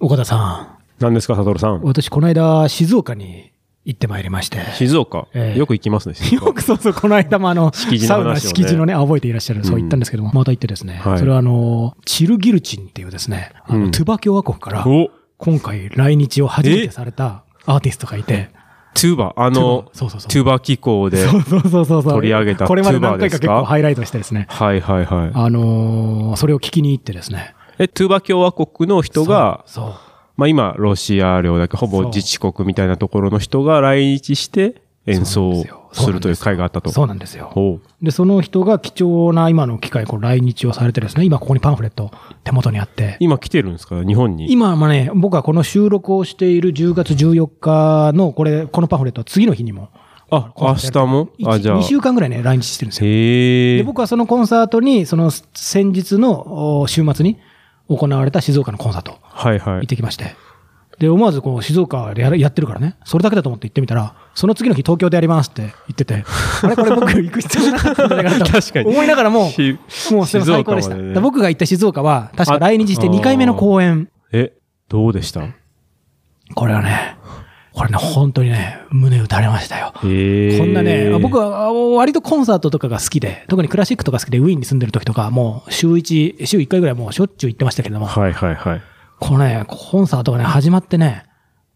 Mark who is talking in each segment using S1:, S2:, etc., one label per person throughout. S1: 岡田さ
S2: 何ですか、サトルさ
S1: ん、
S2: ん。
S1: 私この間静岡に行ってまいりまして。
S2: 静岡、
S1: ええ
S2: よく行きますね、静岡
S1: よくそうそう、この間もあの、
S2: 敷地の話をね
S1: サウナ敷地のね、あ覚えていらっしゃる、そう言ったんですけども、また行ってですね、
S2: はい
S1: それはあの、チルギルチンっていうですね、あの、
S2: うん
S1: トゥバ共和国から、
S2: お
S1: 今回来日を初めて
S2: え
S1: されたアーティストがいて、
S2: トゥーバー、あの、
S1: そうそうそう
S2: トゥーバー機構で。
S1: そうそうそうそうそう。
S2: 取り上げた
S1: これまで
S2: トゥーバ
S1: 何
S2: ー
S1: 回
S2: で
S1: か
S2: す
S1: 結
S2: か
S1: 構ハイライトしてですね、
S2: はいはいはい。
S1: あのーそれを聞きに行ってですね。
S2: え、トゥーバー共和国の人が、
S1: そうそう
S2: まあ今、ロシア領だけど、ほぼ自治国みたいなところの人が来日して演奏をするという会があったと。
S1: そうなんですよ。
S2: おう
S1: で、その人が貴重な今の機会、こう来日をされてですね、今ここにパンフレット手元にあって、
S2: 今来てるんですか日本に。
S1: 今もね、僕はこの収録をしている10月14日の、これ、このパンフレットは次の日にも、
S2: あ、
S1: コ
S2: 明
S1: ンサー
S2: 日
S1: ト
S2: もあ、じゃあ
S1: 2。週間ぐらいね、来日してるんですよ。
S2: へ
S1: で、
S2: え。
S1: 僕はそのコンサートに、その先日のお週末に行われた静岡のコンサート、
S2: はいは
S1: 行っ
S2: い。
S1: てきまして。で、思わずこう、静岡でややってるからね、それだけだと思って行ってみたら、その次の日東京でやりますって言ってて、あれこれ僕行く必要なかったんじゃないかなと
S2: 確かに
S1: 思いながらも、
S2: し
S1: もうそれも最高でした。
S2: 静岡まで
S1: だ
S2: ね
S1: から僕が行った静岡は、確か来日して2回目の公演。
S2: え、どうでした
S1: これはね、これね、本当にね、胸打たれましたよ。
S2: へえ。
S1: こんなね、僕はあ割とコンサートとかが好きで、特にクラシックとか好きでウィーンに住んでる時とか、もう週1、週1回ぐらいもうしょっちゅう行ってましたけれども、
S2: はいはいはい。
S1: このね、コンサートがね、始まってね、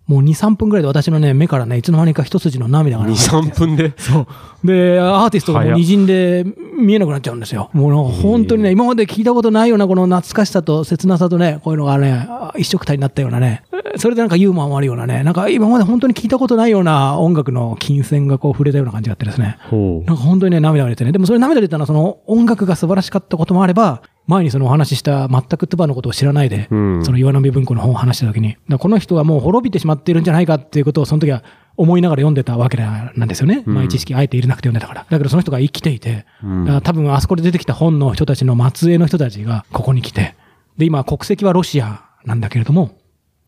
S1: もう2、3分ぐらいで私のね、目からね、いつの間にか一筋の涙が
S2: 2、
S1: ね、
S2: 3分で。
S1: そう。で、アーティストがもう
S2: 早っ
S1: 滲んで見えなくなっちゃうんですよ。もうなんか本当にね、今まで聞いたことないようなこの懐かしさと切なさとね、こういうのがね、あ一色体になったようなね、それでなんかユーモアもあるようなね、なんか今まで本当に聞いたことないような音楽の金線がこう触れたような感じがあってですね。
S2: ほう
S1: なんか本当にね、涙が出てね。でもそれ涙出たのはその音楽が素晴らしかったこともあれば、前にそのお話しした全くトゥバのことを知らないで、
S2: うん
S1: その岩波文庫の本を話した時に、だからこの人はもう滅びてしまっているんじゃないかっていうことをその時は思いながら読んでたわけなんですよね。
S2: うん
S1: まあ知識あえて入れなくて読んでたから。だけどその人が生きていて、
S2: うん
S1: だから多分あそこで出てきた本の人たちの末裔の人たちがここに来て、で今国籍はロシアなんだけれども、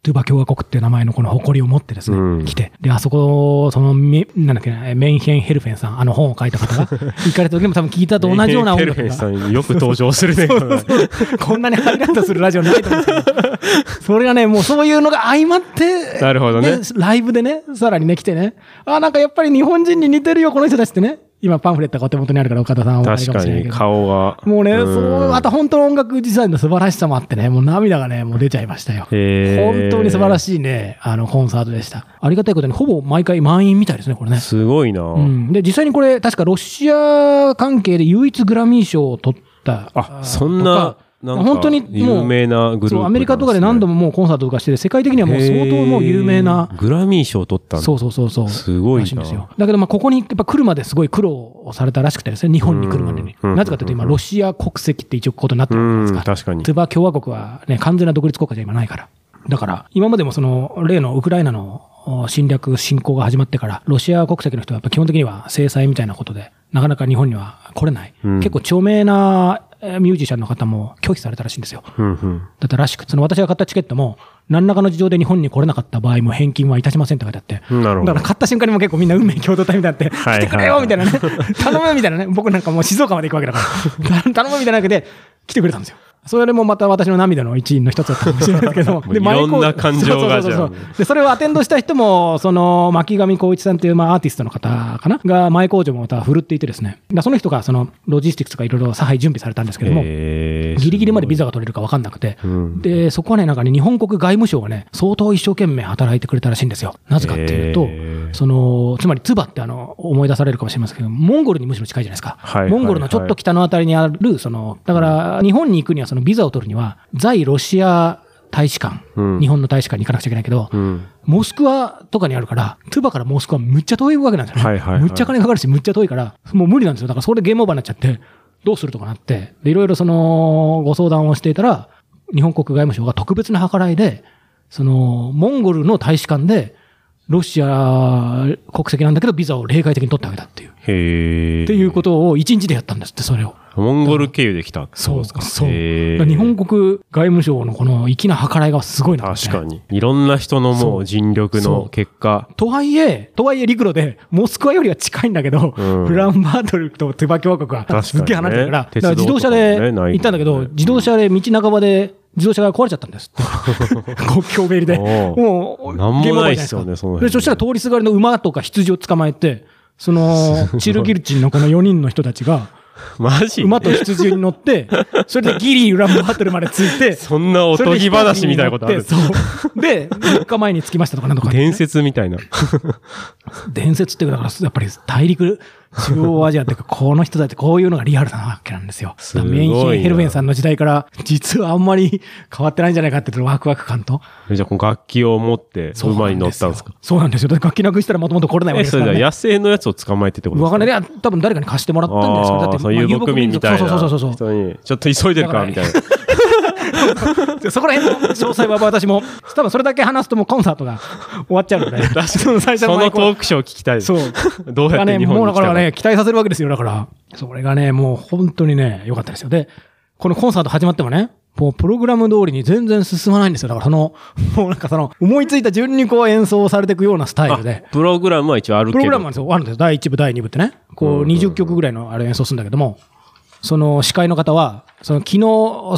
S1: トゥバ共和国っていう名前のこの誇りを持ってですね、
S2: うん
S1: 来て、で、あそこ、そのメ、なんだっけな、メンヘン・ヘルフェンさん、あの本を書いた方が、 行かれた時も多分聞いたと同じような音
S2: ヘル
S1: 楽
S2: ヘン
S1: が。
S2: さんよく登場する ね。
S1: こんなにハイライトするラジオないと思うんですけど、それがね、もうそういうのが相まって、
S2: なるほどね
S1: でライブでね、さらにね、来てね、あ、なんかやっぱり日本人に似てるよ、この人たちってね。今パンフレットがお手元にあるから、岡田さんはお分かり
S2: 確
S1: かも
S2: か
S1: しれないけ
S2: に
S1: ど。
S2: 顔が。
S1: もうね、
S2: ん
S1: そう、また本当の音楽自体の素晴らしさもあってね、もう涙がね、もう出ちゃいましたよ。
S2: へー
S1: 本当に素晴らしいね、あの、コンサートでした。ありがたいことに、ほぼ毎回満員みたいですね、これね。
S2: すごいな、
S1: うん。で、実際にこれ、確かロシア関係で唯一グラミー賞を取った。
S2: あ、そんな、
S1: とか
S2: なんか
S1: 本当にもう
S2: 有名なグループなんですね、
S1: そう、アメリカとかで何度ももうコンサートとかしてて、世界的にはもう相当もう有名な
S2: へー。グラミー賞を取ったんだ
S1: そうそうそうそう。
S2: すごいな
S1: らしんですよ。だけど、まあ、ここに、やっぱ来るまですごい苦労をされたらしくてですね、日本に来るまでに。
S2: うん
S1: なぜかというと、今、ロシア国籍って一応ことになってるじゃないです
S2: うん
S1: か。
S2: 確かに
S1: トゥバ共和国はね、完全な独立国家じゃ今ないから。だから、今までもその、例のウクライナのお侵略、侵攻が始まってから、ロシア国籍の人はやっぱ基本的には制裁みたいなことで、なかなか日本には来れない。
S2: うん
S1: 結構著名なえーミュージシャンの方も拒否されたらしいんですよ。
S2: うんうん。
S1: だったらしく、その私が買ったチケットも、何らかの事情で日本に来れなかった場合も返金はいたしませんって書いてあって。
S2: なるほど
S1: だから買った瞬間にも結構みんな運命共同体みたいになって、
S2: はいはい
S1: 来てくれよみたいなね。 頼むみたいなね。僕なんかもう静岡まで行くわけだから。頼頼むみたいなわけで、来てくれたんですよ。それもまた私の涙の一因の一つだったかもしれないですけ ど
S2: ういろんな感情が
S1: そうそうそう
S2: じゃ
S1: そうでそれをアテンドした人もその巻上光一さんというまあアーティストの方かなが前工場もまた振るっていてですねだからその人がそのロジスティックスとかいろいろ差配準備されたんですけども、
S2: へー
S1: ギリギリまでビザが取れるか分かんなくて、
S2: ん
S1: で、そこはね、なんかね、日本国外務省がね、相当一生懸命働いてくれたらしいんですよ。なぜかっていうと、
S2: へー
S1: その、つまり、ツバってあの、思い出されるかもしれませんけど、モンゴルにむしろ近いじゃないですか。
S2: はいはい
S1: モンゴルのちょっと北のあたりにある、その、だから、日本に行くには、そのビザを取るには、在ロシア大使館、
S2: うん
S1: 日本の大使館に行かなくちゃいけないけど、
S2: うん。
S1: モスクワとかにあるから、トゥバからモスクワむっちゃ遠いわけなんですよね。
S2: はいはいはい
S1: むっちゃ金かかるし、むっちゃ遠いから、もう無理なんですよ。だからそれでゲームオーバーになっちゃって、どうするとかなって、でいろいろその、ご相談をしていたら、日本国外務省が特別な計らいで、その、モンゴルの大使館で、ロシア国籍なんだけど、ビザを例外的に取ってあげたっていう。
S2: へえ。
S1: っていうことを一日でやったんですって、それを。
S2: モンゴル経由で来たってこと
S1: そう
S2: ですか。
S1: そう。
S2: へ
S1: だか
S2: ー
S1: ら日本国外務省のこの粋な計らいがすごいなと思って
S2: 確かに。いろんな人のもう尽力の結果。
S1: とはいえ、とはいえ陸路で、モスクワよりは近いんだけど、
S2: うん
S1: フランバートルクとトゥバ共和国は
S2: 確かにね
S1: すっげえ離れてるから、だ
S2: 鉄
S1: から
S2: 道
S1: 自動車
S2: とかもね
S1: で
S2: ないもんね
S1: 行ったんだけど、自動車で道半ばで自動車が壊れちゃったん ですって。国境ベリで。
S2: おう
S1: もう、
S2: なんもないっ
S1: ゲームオーバーじゃです
S2: す
S1: か
S2: よね、その
S1: で
S2: 辺。
S1: そしたら通りすがりの馬とか羊を捕まえて、そ の、チルギルチンのこの4人の人たちが、
S2: マジ
S1: 馬と羊に乗って、それでギリーランバートルまでついて、
S2: そんなおとぎ話みたいなことある
S1: それで飛行機に乗ってそう。で、3日前に着きましたとかなんとか。
S2: 伝説みた いな。
S1: 伝説っていうか、だからやっぱり大陸、中央アジアっていうか、この人だってこういうのがリアルなわけなんですよ。
S2: すごいな
S1: メインヒン・ヘルベンさんの時代から、実はあんまり変わってないんじゃないかっていうワクワク感と。
S2: じゃあ、この楽器を持って、馬に乗ったんですか
S1: そうなんですよ。だって楽器なくしたらもともと来れないわけ
S2: え、
S1: です
S2: そ
S1: か
S2: れ
S1: ら、
S2: じ
S1: ね。
S2: ゃあ野生のやつを捕まえてってことで
S1: わ
S2: す
S1: か
S2: か
S1: んない。いや、多分誰かに貸してもらったんじゃないですか。だっ
S2: あ
S1: て
S2: あ、、そうい
S1: ま
S2: う
S1: あ
S2: 遊牧民みたいな。
S1: そうそうそうそうそう。
S2: 人にちょっと急いでるから、みたいな。
S1: そこら辺の詳細は私も、多分それだけ話すともうコンサートが終わっちゃうので。 その最初
S2: そ
S1: のマ
S2: の
S1: イク
S2: ト
S1: は
S2: ークショーを聞きたいです。
S1: そう。
S2: どうやって日本
S1: も
S2: に
S1: うだ
S2: 来
S1: か
S2: た
S1: ら
S2: か。
S1: ね、期待させるわけですよ。だから、それがね、もう本当にね、良かったですよ。で、このコンサート始まってもね、もうプログラム通りに全然進まないんですよ。だからその、もうなんかその、思いついた順にこう演奏されていくようなスタイルで。
S2: プログラムは一応ある
S1: プ
S2: け
S1: ロ
S2: ど。
S1: グラムはあるんですよ。第1部、第2部ってね。こう、20曲ぐらいのあれ演奏するんだけども、その司会の方は、その昨日、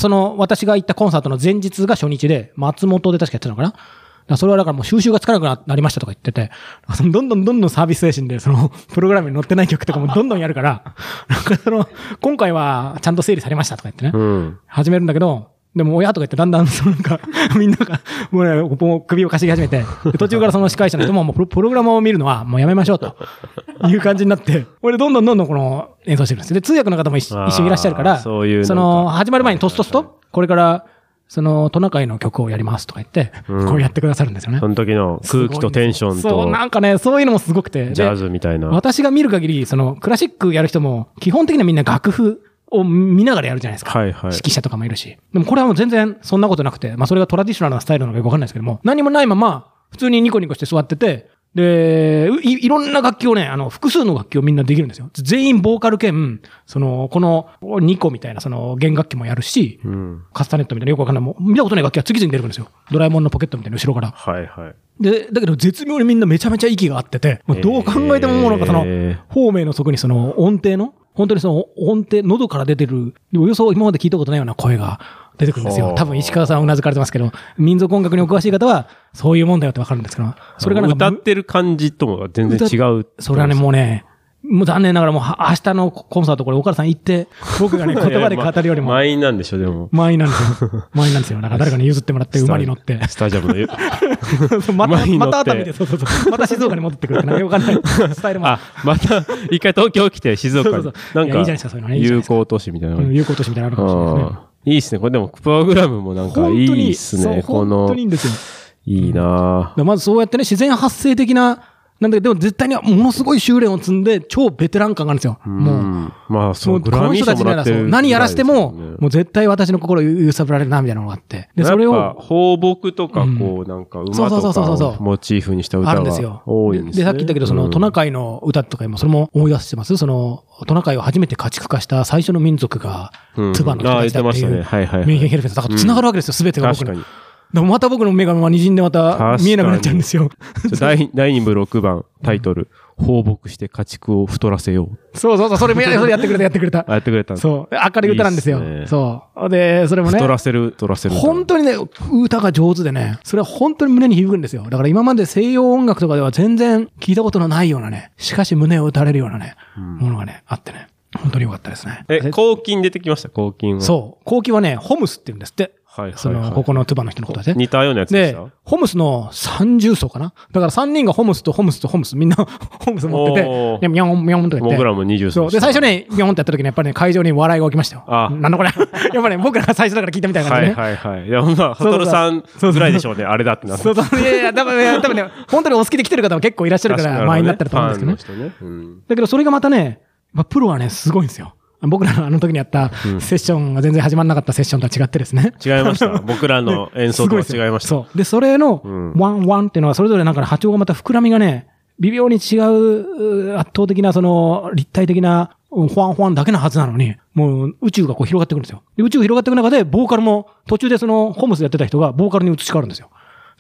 S1: その私が行ったコンサートの前日が初日で、松本で確かやってたのかなだからそれはだからもう収集がつかなくななりましたとか言ってて、そのどんどんどんどんサービス精神で、その、プログラムに載ってない曲とかもどんどんやるから、 なんかその、今回はちゃんと整理されましたとか言ってね。
S2: うん。
S1: 始めるんだけど、でも、親とか言って、だんだん、 そのなんか、みんなが、もうね、もう首をかしげ始めて、で途中からその司会者の人も、もうプロ、プログラムを見るのは、もうやめましょう、という感じになって、俺、どんどんどんどんこの、演奏してるんですよ。で、通訳の方も一緒
S2: あー
S1: 一緒にいらっしゃるから、
S2: そういうのか
S1: その、始まる前にトストスと、これから、その、トナカイの曲をやりますとか言って、
S2: うん
S1: こうやってくださるんですよね。
S2: その時の空気とテンショ
S1: すごいん
S2: ン
S1: ですよそう、な
S2: と、
S1: んかね、そういうのもすごくて。で
S2: ジャズみたいな。
S1: 私が見る限り、その、クラシックやる人も、基本的にはみんな楽譜を見ながらやるじゃないですか。
S2: はいはい。
S1: 指揮者とかもいるし。でもこれはもう全然そんなことなくて、まあそれがトラディショナルなスタイルなのかよくわかんないですけども、何もないまま、普通にニコニコして座ってて、で、ういいろんな楽器をね、あの、複数の楽器をみんなできるんですよ。全員ボーカル兼、その、この2個みたいな、その弦楽器もやるし、
S2: うん。
S1: カスタネットみたいなよくわかんない、もう見たことない楽器が次々出てくるんですよ。ドラえもんのポケットみたいな後ろから。
S2: はいはい。
S1: で、だけど絶妙にみんなめちゃめちゃ息が合ってて、もうどう考えてももうなんかその、
S2: え
S1: 方面の底にその音程の、本当にその音程、喉から出てる、およそ今まで聞いたことないような声が出てくるんです
S2: は
S1: よ
S2: あ。
S1: 多分石川さんはうなずかれてますけど、民族音楽にお詳しい方は、そういうもんだよってわかるんですけど、
S2: ー
S1: それがなん
S2: 歌
S1: か
S2: っ、てる感じとも全然違う。
S1: それはね、もうね、もう残念ながらもうは明日のコンサートこれ岡田さん行って、僕 がね、言葉で語るよりも、
S2: 満員なんでしょ、でも。
S1: 満員なんですよ。満員なんですよ。なんか誰かに譲ってもらって馬に乗って。
S2: スタジアムの。
S1: そうま
S2: 馬
S1: た、
S2: に乗
S1: ま
S2: って
S1: た熱海で、そうそうそう。また静岡に戻ってくるってなんかよくわかんないスタイルもある
S2: あ、また、一回東京来て静岡に。
S1: そうそうそう
S2: なん
S1: いやいいじゃないで
S2: か
S1: すかそういうの、ねいいじゃない
S2: 友
S1: ですか
S2: 好都市みたいなのが
S1: うん有効都市みたいなのあるかもしれないですね。
S2: あーいいっすね。これでも、プログラムもなんかい
S1: 本当
S2: い
S1: に、
S2: っす
S1: そう
S2: ね。こ
S1: 本当
S2: の
S1: にいい、んですよ。
S2: いいな
S1: だからまずそうやってね、自然発生的な、なんだけど、でも絶対にはものすごい修練を積んで、超ベテラン感があるんですよ。
S2: ぁ
S1: もう。
S2: んまあ、そ
S1: も
S2: の
S1: う
S2: グ
S1: こ
S2: ラ
S1: の
S2: ミー
S1: 人たち
S2: 賞も
S1: な
S2: ら
S1: ら
S2: って
S1: そ
S2: る
S1: う
S2: ぐいですよね。
S1: 何やらしても、も
S2: う、
S1: う絶対私の心を揺さぶられるな、みたいなのがあって。で、それ
S2: やっぱ
S1: を、
S2: 放牧とか、こう、なんか、馬
S1: そうそ
S2: と
S1: うそうそう
S2: か
S1: そう
S2: をモチーフにした歌
S1: あるんですよ
S2: が。多いんです
S1: で、
S2: ね。
S1: さっき言ったけど、その、
S2: うん
S1: トナカイの歌とか今、それも思い出してますその、トナカイを初めて家畜化した最初の民族が
S2: うん、
S1: ツバの人
S2: あー
S1: た
S2: 言
S1: ち
S2: って
S1: だっ
S2: ま
S1: て
S2: し
S1: い
S2: たね。
S1: う、
S2: はいはいはい。
S1: メンヘンヘルフェンス。だから繋がるわけですよ、すべてが僕
S2: 確
S1: の
S2: かに。
S1: でもまた僕の目がまあ滲んでまた見えなくなっちゃうんです よ。
S2: ちょ第第2部6番、タイトル、放牧して家畜を太らせよう。
S1: そうそうそう、それ見えない、それやってくれた、やってくれた
S2: あ。やってくれたんです
S1: そう、明るい歌なんですよ。
S2: いいっすね
S1: そう。で、それもね
S2: 太、らせる、太らせる。
S1: 本当にね、歌が上手でね、それは本当に胸に響くんですよ。だから今まで西洋音楽とかでは全然聞いたことのないようなね、しかし胸を打たれるようなね、ものがね、あってね、本当に良かったですね。
S2: え、抗菌出てきました、抗菌は。
S1: そう、後期はね、ホムスって言うんですって。
S2: はいはいはい
S1: その、ここのツバの人のことでね。
S2: 似たようなやつでし
S1: で
S2: た、
S1: ホムスの30層かなだから3人がホムスとホムスとホムス、みんな ホムス持ってて
S2: おー、
S1: でミョンミョンとか言って。
S2: 僕らも20
S1: そう。で、最初ね、ビョンってやった時に、やっぱりね、会場に笑いが起きましたよ。
S2: ああ
S1: なんだこれ。や っぱりね、僕らが最初だから聞いたみたいな
S2: は
S1: 感じ
S2: い
S1: でね。
S2: はいはい。いや、ま
S1: そ
S2: あ、
S1: うそう
S2: 悟さん
S1: そう
S2: ぐらいでしょうね。あれだってなって。
S1: そうそう。いやいや、多分ね、多分ね、本当にお好きで来てる方も結構いらっしゃるから、前になってると思うんですけどね。
S2: どね。ファンの人ね。
S1: だけど、それがまたね、まあ、プロはね、すごいんですよ。僕らのあの時にやったセッションが全然始まらなかったセッションとは違ってですね。
S2: うん違いました。僕らの演奏とは違いました。
S1: すごですよそう。で、それの
S2: うん、
S1: ワンワンっていうのは、それぞれなんかね波長がまた膨らみがね、微妙に違う、う圧倒的な、その、立体的な、うんホワンホワンだけのはずなのに、もう宇宙がこう広がってくるんですよ。で宇宙が広がっていく中で、ボーカルも、途中でその、ホームスやってた人が、ボーカルに移し変わるんですよ。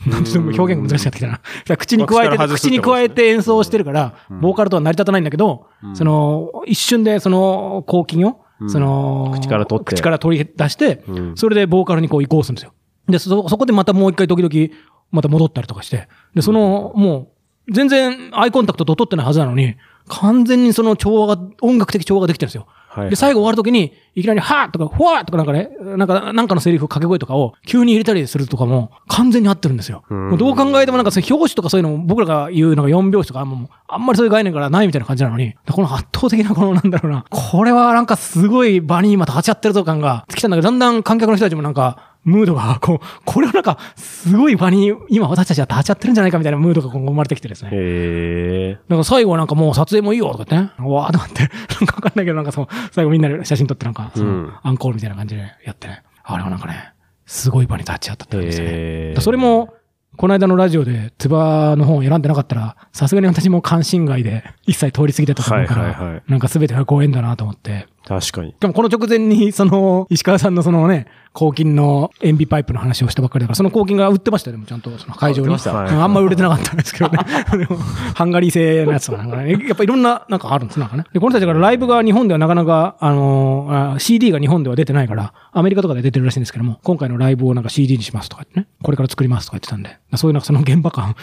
S1: なんて表現が難しかったきた な。だから口に加えて、
S2: 口から外すってことです
S1: 口
S2: ね
S1: に加えて演奏してるから、
S2: ん
S1: ボーカルとは成り立たないんだけど、その、一瞬でその、抗菌を、
S2: うん
S1: その、
S2: 口から取って
S1: 口から取り出して、
S2: うん
S1: それでボーカルにこう移行するんですよ。で、そ、そこでまたもう一回時々、また戻ったりとかして。で、その、もう、全然アイコンタクトと取ってないはずなのに、完全にその調和が、音楽的調和ができてるんですよ。
S2: はいはい
S1: で、最後終わるときに、いきなり、はーとか、ふわーとかなんかね、なんか、なんかのセリフ、掛け声とかを急に入れたりするとかも、完全に合ってるんですよ。
S2: うん
S1: もうどう考えてもなんか、表紙とかそういうのも、僕らが言うなんか4拍子とか、もう、あんまりそういう概念からないみたいな感じなのに、この圧倒的な、この、なんだろうな、 これはなんかすごい場にまた立ち合ってるぞ感が、尽きたんだけど、だんだん観客の人たちもなんか、ムードが、こう、これはなんか、すごい場に、今私たちは立ち合ってるんじゃないかみたいなムードが今後生まれてきてですね。
S2: へえ。
S1: なんか最後はなんかもう撮影もいいよとか言ってね。うわーとかって、なんかわかんないけど、なんかその、最後みんなで写真撮ってなんか、そうの
S2: ん、
S1: アンコールみたいな感じでやってね。あれはなんかね、すごい場に立ち会ったって感じでしたね。
S2: へえ。
S1: それも、この間のラジオで、ツバの本を選んでなかったら、さすがに私も関心外で一切通り過ぎてたと思うから、
S2: はいはいはい
S1: なんか全てがご縁だなと思って。
S2: 確かに。
S1: でもこの直前に、その、石川さんのそのね、抗菌の塩ビパイプの話をしたばっかりだから、その抗菌が売ってましたよ、でもちゃんと、その会場
S2: 売っ
S1: に。
S2: てましたはい
S1: うんあんま売れてなかったんですけどね。でもハンガリー製のやつとかなんかね、やっぱいろんな、なんかあるんですなんかね。で、この人たちからライブが日本ではなかなか、あのーあ CD が日本では出てないから、アメリカとかで出てるらしいんですけども、今回のライブをなんか CD にしますとか言ってね、これから作りますとか言ってたんで、そういうなんかその現場感、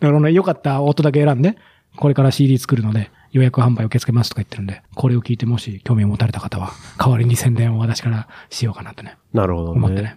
S1: だからね良かった音だけ選んで、これから CD 作るので、予約販売受け付けますとか言ってるんで、これを聞いてもし興味を持たれた方は、代わりに宣伝を私からしようかなってね、
S2: なるほど
S1: 思って
S2: ね
S1: ね。。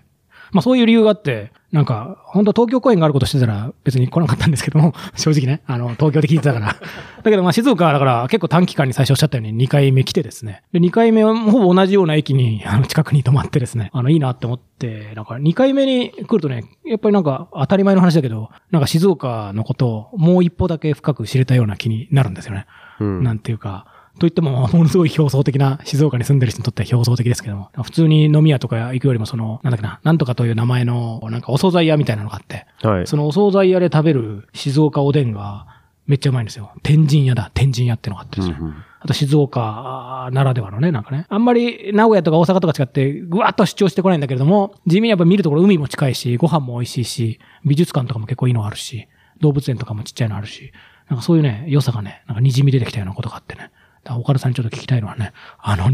S1: まあそういう理由があって、なんか、本当東京公演があることしてたら別に来なかったんですけども、 正直ね、あの、東京で聞いてたから。 だけどまあ静岡はだから結構短期間に最初おっしゃったように2回目来てですね。で、2回目はほぼ同じような駅に、 あの、近くに泊まってですね、あの、いいなって思って、なんか2回目に来るとね、やっぱりなんか当たり前の話だけど、なんか静岡のことをもう一歩だけ深く知れたような気になるんですよね。
S2: うん
S1: なんていうか、といっても、ものすごい表層的な、静岡に住んでる人にとっては表層的ですけども、普通に飲み屋とか行くよりも、その、なんだっけな、なんとかという名前の、なんかお惣菜屋みたいなのがあって、
S2: はい。
S1: そのお惣菜屋で食べる静岡おでんが、めっちゃうまいんですよ。天神屋だ、天神屋ってのがあってですね。
S2: うんうん
S1: あと静岡ならではのね、なんかね。あんまり名古屋とか大阪とか違って、ぐわっと主張してこないんだけれども、地味にやっぱ見るところ海も近いし、ご飯も美味しいし、美術館とかも結構いいのあるし、動物園とかもちっちゃいのあるし、なんかそういうね、良さがね、なんか滲み出てきたようなことがあってね。だから岡田さんにちょっと聞きたいのはね、あの、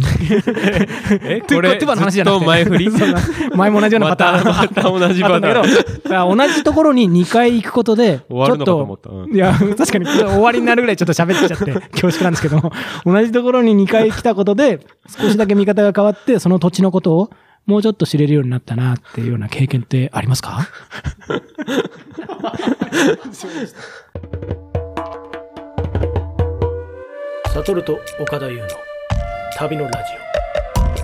S2: え、
S1: という
S2: これ、
S1: 言葉の話
S2: ず
S1: じ
S2: っ
S1: ゃなく
S2: と
S1: て
S2: 前振 り
S1: そんな前も同じようなパターン。
S2: またまた同じパターン
S1: あったん だけどだから同じところに2回行くことで、ち
S2: 終わ
S1: ょ
S2: る
S1: っ
S2: のかと思
S1: と
S2: ったう、ん
S1: いや、確かに終わりになるぐらいちょっと喋っちゃって恐縮なんですけ ども、同じところに2回来たことで、少しだけ見方が変わって、その土地のことをもうちょっと知れるようになったなっていうような経験ってありますか サトルと岡田優の旅のラジ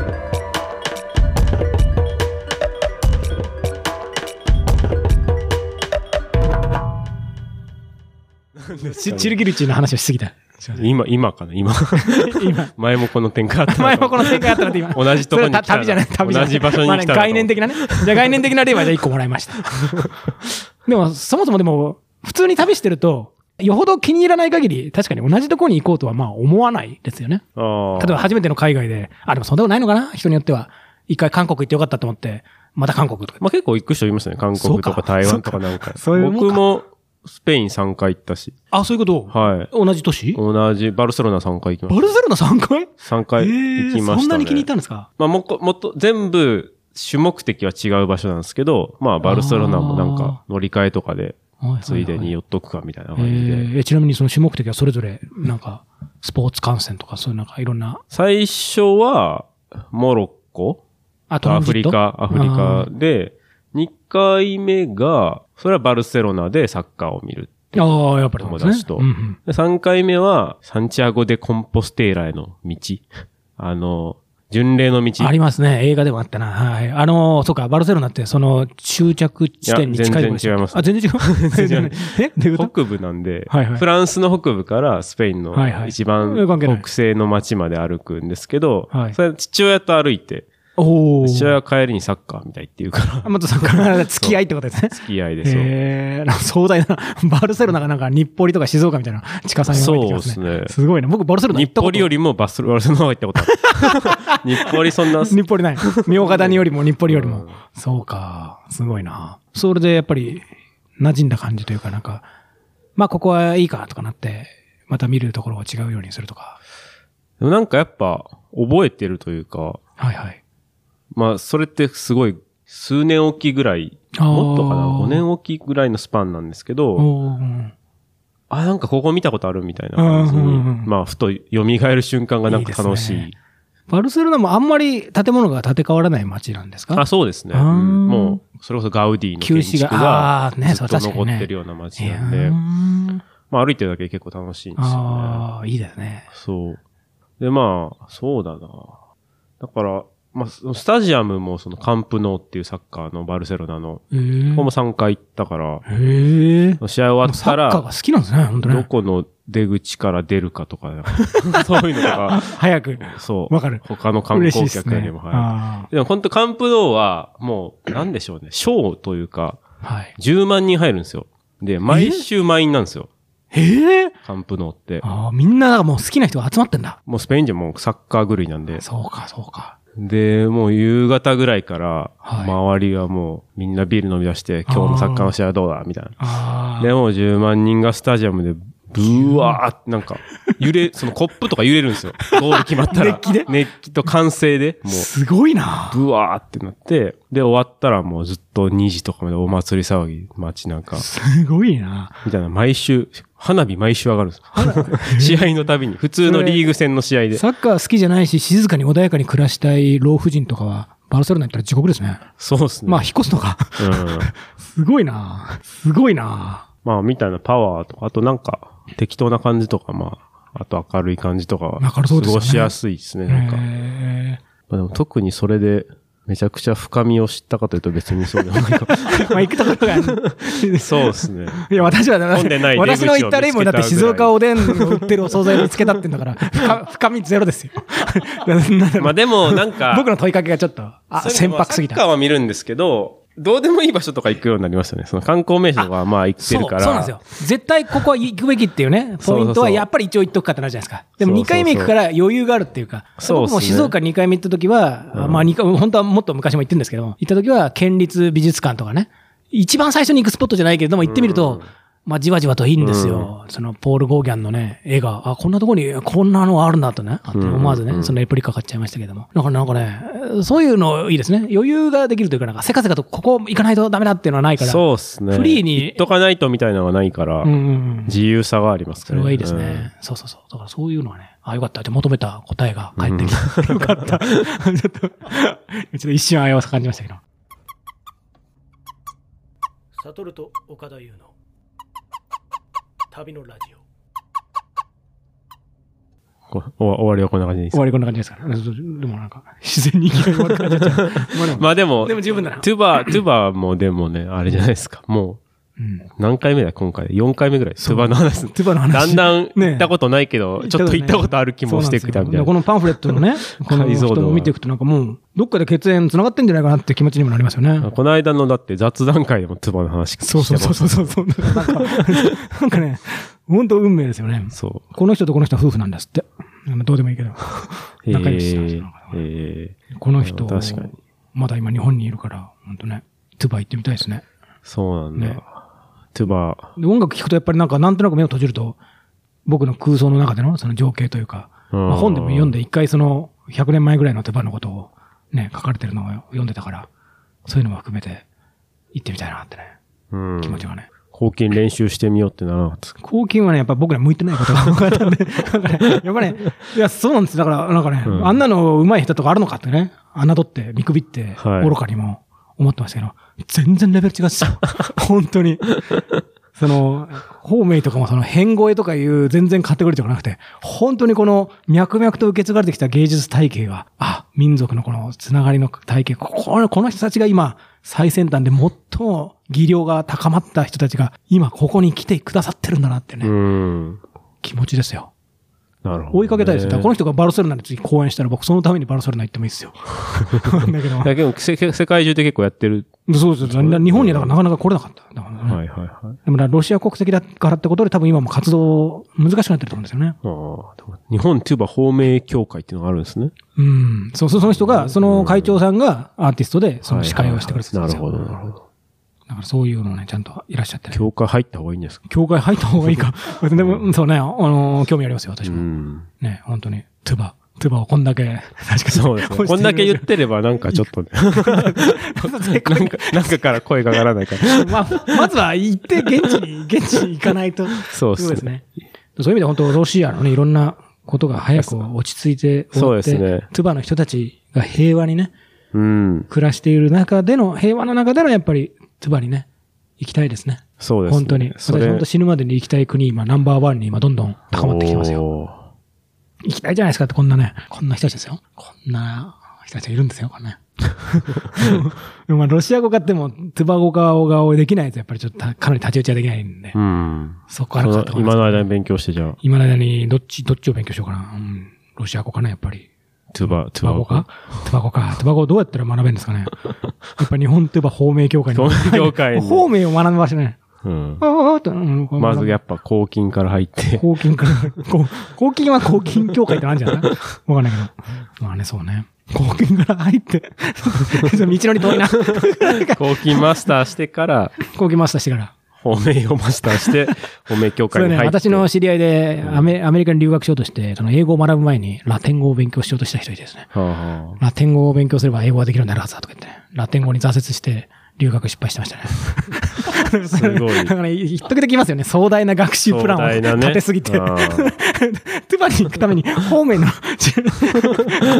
S1: オ。チチルギルチの話をしすぎた。すいま せん
S2: 今、今かな、今。
S1: 今。
S2: 前もこの展開あったな
S1: 前もこの展開あったな って今。
S2: 同じとこに来たな
S1: それ旅じゃない、旅じゃない。
S2: 同じ場所に来たなと
S1: まあね概念的なね。じゃあ概念的な例はじゃあ1個もらいました。 でも、そもそもでも、普通に旅してると、よほど気に入らない限り、確かに同じとこに行こうとはまあ思わないですよね。
S2: あ
S1: 例えば初めての海外で、あ、でもそんなことないのかな人によっては。一回韓国行ってよかったと思って、また韓国とか。
S2: まあ結構行く人いましたね。韓
S1: そう
S2: 国
S1: か
S2: とか台湾とかなんか。
S1: そういうもんか
S2: 僕もスペイン3回行ったし。
S1: あ、そういうこと
S2: はい。
S1: 同じ年
S2: 同じ、バルセロナ3回行き
S1: バ
S2: まし
S1: ルセロナ3回
S2: た。3回行きました、ね。
S1: そんなに気に入ったんですか
S2: まあもっこ、もっと、全部、主目的は違う場所なんですけど、まあバルセロナもなんか乗り換えとかで、ついでに寄っとくかみたいな
S1: え
S2: 感じで。
S1: ーちなみにその主目的はそれぞれ、なんか、スポーツ観戦とか、そういうなんかいろんな、
S2: 最初は、モロッコ
S1: あ
S2: アフリカ、アフリ。
S1: トラン
S2: カ
S1: ジッ
S2: で、2回目が、それはバルセロナでサッカーを見る。
S1: トあーあー、やっぱりそうですね
S2: 友達と
S1: うんうん
S2: で3回目は、サンティアゴ・デ・コンポステーラへの道。 あの、巡礼の道。
S1: ありますね。映画でもあったな。はい。あのー、そうか、バルセロナって、その、終着地点に近いところでした
S2: いや全然違います
S1: あ、全然違う。全然違う。 えどういうこと
S2: 北部なんで、
S1: はいはい
S2: フランスの北部からスペインの
S1: はいはい
S2: 一
S1: え
S2: 番
S1: 関係ない
S2: 北西の町まで歩くんですけど、
S1: はい
S2: それ父親と歩いて、
S1: おお。
S2: 父親は帰りにサッカーみたいって言うか ら、
S1: あ、またさんから付き合いってことですね。
S2: 付き合いですよ。
S1: へえー、壮大な、バルセロナがなんか日暮里とか静岡みたいな近さに湧いてきますね。
S2: そうですね
S1: すごいな。僕バルセロナ
S2: 日
S1: 行った
S2: 暮
S1: こと
S2: 里よりもバスロナの方が行ったことある。日 暮里そんな、
S1: 日暮里ない。明賀谷よりも日暮里よりも。
S2: うん
S1: そうか。すごいな。それでやっぱり、馴染んだ感じというかなんか、まあここはいいかとかなって、また見るところを違うようにするとか。
S2: でもなんかやっぱ覚えてるというか、
S1: はいはい。
S2: まあそれってすごい数年おきぐらい、
S1: あー
S2: もっとかな、5年おきぐらいのスパンなんですけど、
S1: おーうん
S2: あ、なんかここ見たことあるみたいな感じに、
S1: うんうんうん
S2: まあふと蘇る瞬間がなんか楽しい。
S1: いいですねバルセロナもあんまり建物が建て替わらない街なんですか
S2: あ、そうですね。
S1: あー
S2: うんもう、それこそガウディの建
S1: 旧市
S2: 築
S1: 街
S2: が
S1: あ、ーね
S2: ずっ
S1: そ
S2: と
S1: れ確か
S2: 残
S1: にね
S2: ってるような街
S1: え
S2: なんで、
S1: ー
S2: まあ歩いてるだけで結構楽しいんですよね。
S1: ああ、いいですね。
S2: そう。で、まあ、そうだな。だから、まあ、そのスタジアムもそのカンプノーっていうサッカーのバルセロナの、
S1: へえ
S2: ここも3回行ったから、
S1: へえ。
S2: 試合終わっ
S1: サッ
S2: た
S1: カーが
S2: ら、
S1: 好きなんですね、本当
S2: ど
S1: ね。
S2: この出口から出るかとか、 そういうのとか、
S1: 早く。
S2: そう。
S1: わかる
S2: 他の観
S1: 嬉しい
S2: 光
S1: です
S2: 客
S1: ね。
S2: よりも早い。
S1: あ
S2: でも本当カンプノーは、もう、なんでしょうね、ショーというか、
S1: ーはい。
S2: 10万人入るんですよ。で、毎週満員なんですよ。
S1: へえ。
S2: カンプノーって。
S1: ああ、みんながもう好きな人が集まってんだ。
S2: もうスペイン人もサッカー狂いなんで。
S1: そうか、そうか。
S2: で、もう夕方ぐらいから、
S1: はい
S2: 周りはもうみんなビール飲み出して、今日のサッカーの試合はどうだみたいな。
S1: あ
S2: で、もう10万人がスタジアムで、ブワーってなんか、揺れ、そのコップとか揺れる んですよ。ゴール決まったら。
S1: 熱気で
S2: 熱気と歓声で、
S1: あ。
S2: も
S1: すごいな。
S2: う、ブワーってなって、で、終わったらもうずっと2時とかまでお祭り騒ぎ、街なんか、
S1: すごいな。
S2: みたいな、毎週、花火毎週上がるんですよ。 試合のたびに、普通のリーグ戦の試合で。
S1: サッカー好きじゃないし、静かに穏やかに暮らしたい老婦人とかは、バルセロナ行ったら地獄ですね。
S2: そうですね。
S1: まあ、引っ越すのか。
S2: うん。
S1: すごいな。すごいな。
S2: まあ、みたいなパワーとか、あとなんか、適当な感じとか、まあ、あと明るい感じとかは、
S1: 明るそうですよね
S2: 過ごしやすいですね、なんか。ま
S1: へ
S2: あ、でも特にそれで、めちゃくちゃ深みを知ったかというと別にそうでもないかも。
S1: え。まあ、行くところが。
S2: そうですね。
S1: いや、私は、だって
S2: 混んでない出口を
S1: 私の言った例も、だって
S2: 見つけた
S1: 静
S2: ぐらい
S1: 岡おでんを売ってるお惣菜を見つけたってんだから、 深深みゼロですよ。なんだろう
S2: まあでも、なんか、
S1: 僕の問いかけがちょっと、あ、
S2: そういう
S1: 船
S2: のまあ
S1: 舶すぎ
S2: サッカ
S1: た。
S2: ーは見るんですけど、どうでもいい場所とか行くようになりますよね。その観光名所とか、まあ行って
S1: そう、
S2: る
S1: そ
S2: か
S1: う
S2: ら。
S1: なんですよ。絶対ここは行くべきっていうね、
S2: そう
S1: ポ
S2: そうそう
S1: イントはやっぱり一応行っとくかってなるじゃないですか。でも
S2: そうそうそう
S1: 2回目行くから余裕があるっていうか、
S2: そうっ
S1: 僕
S2: すね
S1: も静岡2回目行った時は、
S2: うん
S1: まあ二回、本当はもっと昔も行ってるんですけど、行った時は県立美術館とかね、一番最初に行くスポットじゃないけれども行ってみると、まあじわじわといいんですよ。そのポール・ゴーギャンのね、絵が、あ、こんなとこにこんなのあるなとね、あって思わず
S2: うんうんう
S1: ね、
S2: ん
S1: そのレプリカ買っちゃいましたけども。なんかなんかね、そういうのいいですね。余裕ができるというか、なんかせかせかとここ行かないとダメだっていうのはないから。
S2: そうですね。
S1: フリーに
S2: 行っとかないとみたいなのはないから、
S1: うんうんうん。
S2: 自由さがあります
S1: そ
S2: から
S1: れはいいですね。そうそうそう。だからそういうのはね、あ、よかった。で、求めた答えが返ってきた。 よかった。ちょっと、ちょっと一瞬危うさ感じましたけど。
S3: サトルと岡田優の旅のラジオ
S2: こうお終わりはこんな感じでいいです
S1: 終わりこんな感じですから。うんでもなんか、自然に勢い悪くなっちゃ っちゃう。まあでも、
S2: まあでも、
S1: でも十分だな。
S2: トゥバー、トゥバーもでもね、あれじゃないですか。も
S1: うん。
S2: う、何回目だ、今回。4回目ぐらい。トゥバーの話。
S1: トゥバの
S2: だ
S1: 話。
S2: んだん
S1: ね
S2: 行ったことないけど、ちょっと行ったことある気もしてきたみた
S1: そ
S2: い
S1: うなんですよでこ
S2: な。
S1: のパンフレット のね、この
S2: 解像度が
S1: 人を見ていくとなんかもう、どっかで血縁繋がってんじゃないかなって気持ちにもなりますよね。
S2: この間のだって雑談会でもトゥバーの話し て
S1: そうそうそう
S2: う。
S1: そうそう。なんか、なんかね、本当運命ですよね。
S2: そ
S1: この人とこの人は夫婦なんですって。まあどうでもいいけど。
S2: う。
S1: 仲良しなんです
S2: え
S1: よ
S2: えええ
S1: この人、
S2: 確かに
S1: まだ今日本にいるから、本当ね、トゥバ行ってみたいですね。
S2: そうなん
S1: ね
S2: だ。トゥバ
S1: で音楽聴くとやっぱりなんかなんとなく目を閉じると、僕の空想の中でのその情景というか、
S2: うん
S1: まあ本でも読んで一回その100年前ぐらいの手羽のことをね、書かれてるのを読んでたから、そういうのも含めて行ってみたいなってね、
S2: ー。うん
S1: 気。持ちがね。
S2: 抗菌練習してみようってならなかったですか
S1: 抗菌はね、やっぱ僕ら向いてないことが多かったん で、なんかね、やっぱね、いや、そうなんですよだから、なんかね、
S2: うん
S1: あんなの上手い下手とかあるのかってね、侮って、見くびって、
S2: はい
S1: 愚かにも思ってましたけど、全然レベル違うっ すよ。本当に。その、方名とかもその変声とかいう全然カテゴリーとかなくて、本当にこの脈々と受け継がれてきた芸術体系が、あ、民族のこのつながりの体系、こここの人たちが今、最先端で最も技量が高まった人たちが、今ここに来てくださってるんだなってね、
S2: うん。
S1: 気持ちですよ。
S2: なるほどね。
S1: 追いかけたいですよ。だからこの人がバルセロナで次公演したら僕そのためにバルセロナ行ってもいい ですよ。だけど
S2: い、やでもせ世界中で結構やってる。
S1: そうそうそう。日本にはだからなかなか来れなかった。だからね
S2: はいはいはい。
S1: でもだからロシア国籍だからってことで多分今も活動難しくなってると思うんですよね。
S2: ああ、でも日本トゥーバー方名協会っていうのがあるんですね。
S1: うん。そうそう、その人が、その会長さんがアーティストでその司会をしてくれてたん
S2: な
S1: で
S2: る
S1: すよ。
S2: ほど、なるほど。
S1: だからそういうのね、ちゃんといらっしゃってね。
S2: 教会入った方がいいんですか
S1: 教会入った方がいいか。でも、うんそうね、あのー興味ありますよ、私
S2: う
S1: も。
S2: ん。
S1: ね、本当に。トゥバ、トゥバをこんだけ。確かに。
S2: そう ですね。こんだけ言ってればなんかちょっとね。なんか、なんかから声が上がらないから。
S1: まあ、まずは行って、現地に、現地に行かないと。
S2: そうで
S1: そう
S2: す
S1: です
S2: ね。
S1: ね。そういう意味で本当、ロシアのね、いろんなことが早く落ち着いて終わって、
S2: そうですね
S1: トゥバの人たちが平和にね、
S2: うん。
S1: 暮らしている中での、平和の中でのやっぱり、トゥバにね、行きたいですね。
S2: そうですね。
S1: 本当に。私
S2: それ
S1: 本当死ぬまでに行きたい国、今、ナンバーワンに今、どんどん高まってきてますよ。
S2: よ。
S1: 行きたいじゃないですかって、こんなね、こんな人たちですよ。こんな人たちがいるんですよ、これね。 でもまあ、ロシア語かっても、トゥバ語かができないと、やっぱりちょっとかなり太刀打ちはできないんで、
S2: うん。
S1: そこからかと
S2: そ
S1: 思
S2: の
S1: いま
S2: 今
S1: す。
S2: の間に勉強してじゃあ、
S1: 今の間に、どっち、どっちを勉強しようかな。うん、ロシア語かな、やっぱり。
S2: トゥバ、
S1: ト
S2: ト
S1: ゥ
S2: ゥ
S1: バ
S2: バ
S1: 語
S2: 語
S1: かトゥバ語か。トゥバ語どうやったら学べるんですか ね。やっぱ日本といえば方面協会に。
S2: 方面協会に
S1: 方面を学ばしてね。
S2: うん
S1: あ。あああと、うん
S2: まずやっぱ公金から入って。
S1: 公金から、こう公金は公金協会ってあるんじゃないわかんないけど。まあね、そうね。公金から入って、道のり遠いな。
S2: 公金マスターしてから、
S1: 公金マスターしてから。
S2: 褒めをマスターして、褒め協
S1: そ
S2: 会
S1: れ
S2: に
S1: ね、
S2: 入って。
S1: 私の知り合いで
S2: うん
S1: アメ、アメリカに留学しようとして、その英語を学ぶ前にラテン語を勉強しようとした人いてですね。
S2: はあは
S1: ラテン語を勉強すれば英語ができるようになるはずだとか言って、ね、ラテン語に挫折して留学失敗してましたね。
S2: す ごい
S1: だから、一時できますよね。壮大な学習プランを
S2: 壮大なね
S1: 立てすぎて。
S2: あ
S1: トゥバに行くために、方面の、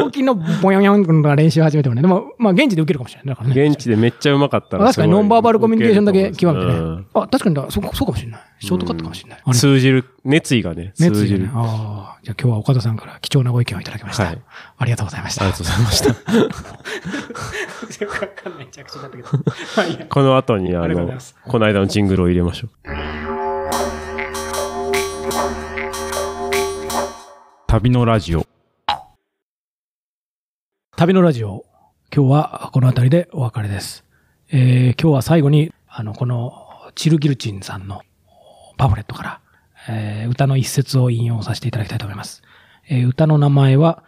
S1: 後期のボヨンヨンの練習を始めてもね。でも、まあ、現地で受けるかもしれない。だから
S2: あ
S1: ね。
S2: 現地でめっちゃうまかったら
S1: 確
S2: す
S1: か
S2: ごい。
S1: にノンバーバルコミュニケーションだけ極めて
S2: う
S1: ね
S2: ん。
S1: あ、確かにだ、そうそうかもしれない。ショートカットかもしれない。あれ
S2: 通じる、熱意がね、通
S1: 熱意
S2: じ
S1: で
S2: る。
S1: ね。ああ。じゃあ今日は岡田さんから貴重なご意見をいただきました。
S2: はい
S1: ありがとうございまし
S2: あ
S1: た。
S2: りがとうございました。
S1: よくわかんない着地だったけど。まあいいや
S2: この後に、あ
S1: ありがとうござい
S2: の
S1: ます、
S2: この間のジングルを入れましょう。
S4: 旅のラジオ
S1: 旅のラジオ、今日はこの辺りでお別れです。えー今日は最後に、あの、このチルギルチンさんのパンフレットから、えー歌の一節を引用させていただきたいと思います。えー歌の名前は、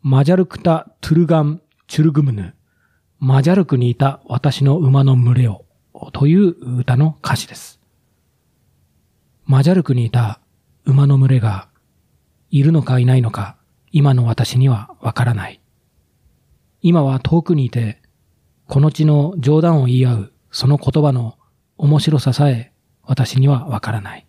S1: マジャルクタ・トゥルガン・チュルグムヌ、マジャルクにいた私の馬の群れを、という歌の歌詞です。マジャルクにいた馬の群れが、いるのかいないのか、今の私にはわからない。今は遠くにいて、この地の冗談を言い合うその言葉の面白ささえ私にはわからない。